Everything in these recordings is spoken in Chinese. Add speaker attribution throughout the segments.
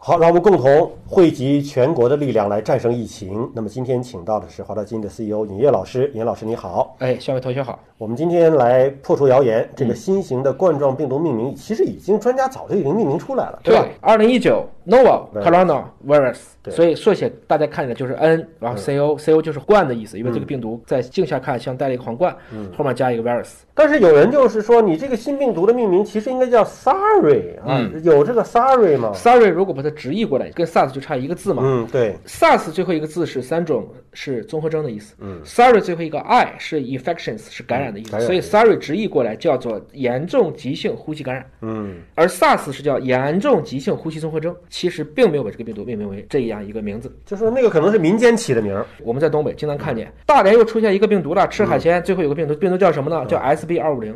Speaker 1: 好，让我们共同汇集全国的力量来战胜疫情。那么今天请到的是华大基因的 CEO 尹烨老师，尹老师你好。
Speaker 2: 哎，小伟同学好。
Speaker 1: 我们今天来破除谣言，这个新型的冠状病毒命名，其实已经专家早就已经命名出来了，对吧？
Speaker 2: 二零一九 novel coronavirus，
Speaker 1: 对嗯
Speaker 2: 所以缩写大家看起来就是 N，然后 C O、C O 就是冠的意思，因为这个病毒在镜下看像带了一个皇冠，
Speaker 1: 嗯
Speaker 2: 后面加一个 virus。
Speaker 1: 但是有人就是说，你这个新病毒的命名其实应该叫 Sorry 啊，有这个 Sorry 吗？
Speaker 2: Sorry，如果把它直译过来，跟 SARS 就差一个字嘛。
Speaker 1: 嗯，对，
Speaker 2: SARS 最后一个字是三种是综合征的意思。Sorry 最后一个 I 是 infections 是感染的意
Speaker 1: 嗯
Speaker 2: 思，
Speaker 1: 感染
Speaker 2: 所以 Sorry 直译过来叫做严重急性呼吸感染。
Speaker 1: 嗯，
Speaker 2: 而 SARS 是叫严重急性呼吸综合征，其实并没有把这个病毒命名为这样一个名字。
Speaker 1: 就说那个可能是民间起的名儿，
Speaker 2: 我们在东北经常看见，大连又出现一个病毒了，吃海鲜最后有个病毒，病毒叫什么呢？叫 SB 二五 零。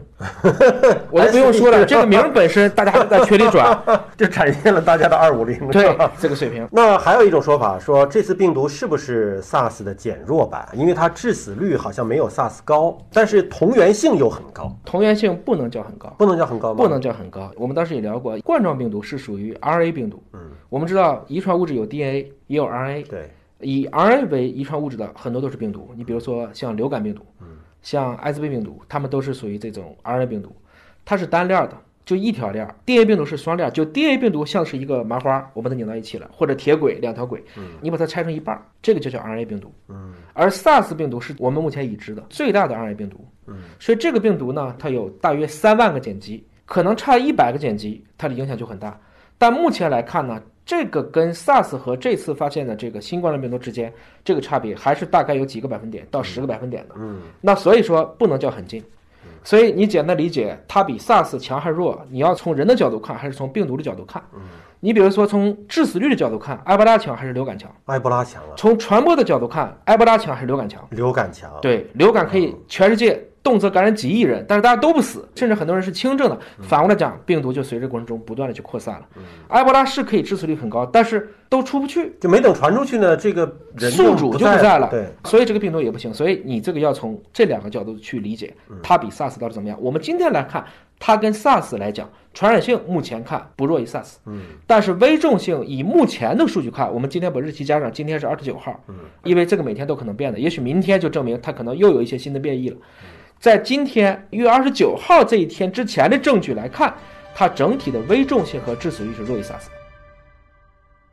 Speaker 2: 我就不用说了，这个名儿本身大家还在群里转，
Speaker 1: 就展现了大家的二五零。
Speaker 2: 对 这个水平。
Speaker 1: 那还有一种说法说，这次病毒是不是 SARS 的减弱版？因为它致死率好像没有 SARS 高，但是同源性又很高，
Speaker 2: 同源性不能叫很高，
Speaker 1: 不能叫很高吗？
Speaker 2: 不能叫很高。我们当时也聊过，冠状病毒是属于 RNA 病毒。嗯，我们知道遗传物质有 DNA，也有 RNA。
Speaker 1: 对，
Speaker 2: 以 RNA 为遗传物质的很多都是病毒，你比如说像流感病毒，像艾滋病病毒，它们都是属于这种 RNA 病毒，它是单链儿的，就一条链儿；DNA 病毒是双链儿，就 DNA 病毒像是一个麻花，我把它拧到一起了，或者铁轨两条轨，你把它拆成一半儿，这个就叫 RNA 病毒。嗯，而 SARS 病毒是我们目前已知的最大的 RNA 病毒。嗯，所以这个病毒呢，它有大约三万个碱基，可能差一百个碱基，它的影响就很大。但目前来看呢，这个跟 SARS 和这次发现的这个新冠状病毒之间，这个差别还是大概有几个百分点到十个百分点的。嗯，那所以说不能叫很近。所以你简单理解，它比 SARS 强还是弱，你要从人的角度看，还是从病毒的角度看？你比如说从致死率的角度看，埃博拉强还是流感强？
Speaker 1: 埃博拉强啊，
Speaker 2: 从传播的角度看，埃博拉强还是流感强？
Speaker 1: 流感强，啊
Speaker 2: 对，流感可以全世界动辄感染几亿人，但是大家都不死，甚至很多人是轻症的。反过来讲，病毒就随着过程中不断的去扩散了。埃博拉是可以致死率很高，但是都出不去，
Speaker 1: 就没等传出去呢，这个人
Speaker 2: 宿主
Speaker 1: 不
Speaker 2: 就不在了。
Speaker 1: 对，，
Speaker 2: 所以这个病毒也不行。所以你这个要从这两个角度去理解，它比 SARS 到底怎么样？我们今天来看，它跟 SARS 来讲，传染性目前看不弱于 SARS，嗯，但是危重性以目前的数据看，我们今天把日期加上，今天是二十九号，嗯，因为这个每天都可能变的，也许明天就证明它可能又有一些新的变异了。在今天一月二十九号这一天之前的证据来看，它整体的危重性和致死率是弱于 SARS。